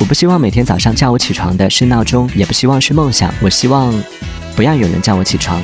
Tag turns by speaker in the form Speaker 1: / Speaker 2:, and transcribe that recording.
Speaker 1: 我不希望每天早上叫我起床的是闹钟，也不希望是梦想，我希望不要有人叫我起床。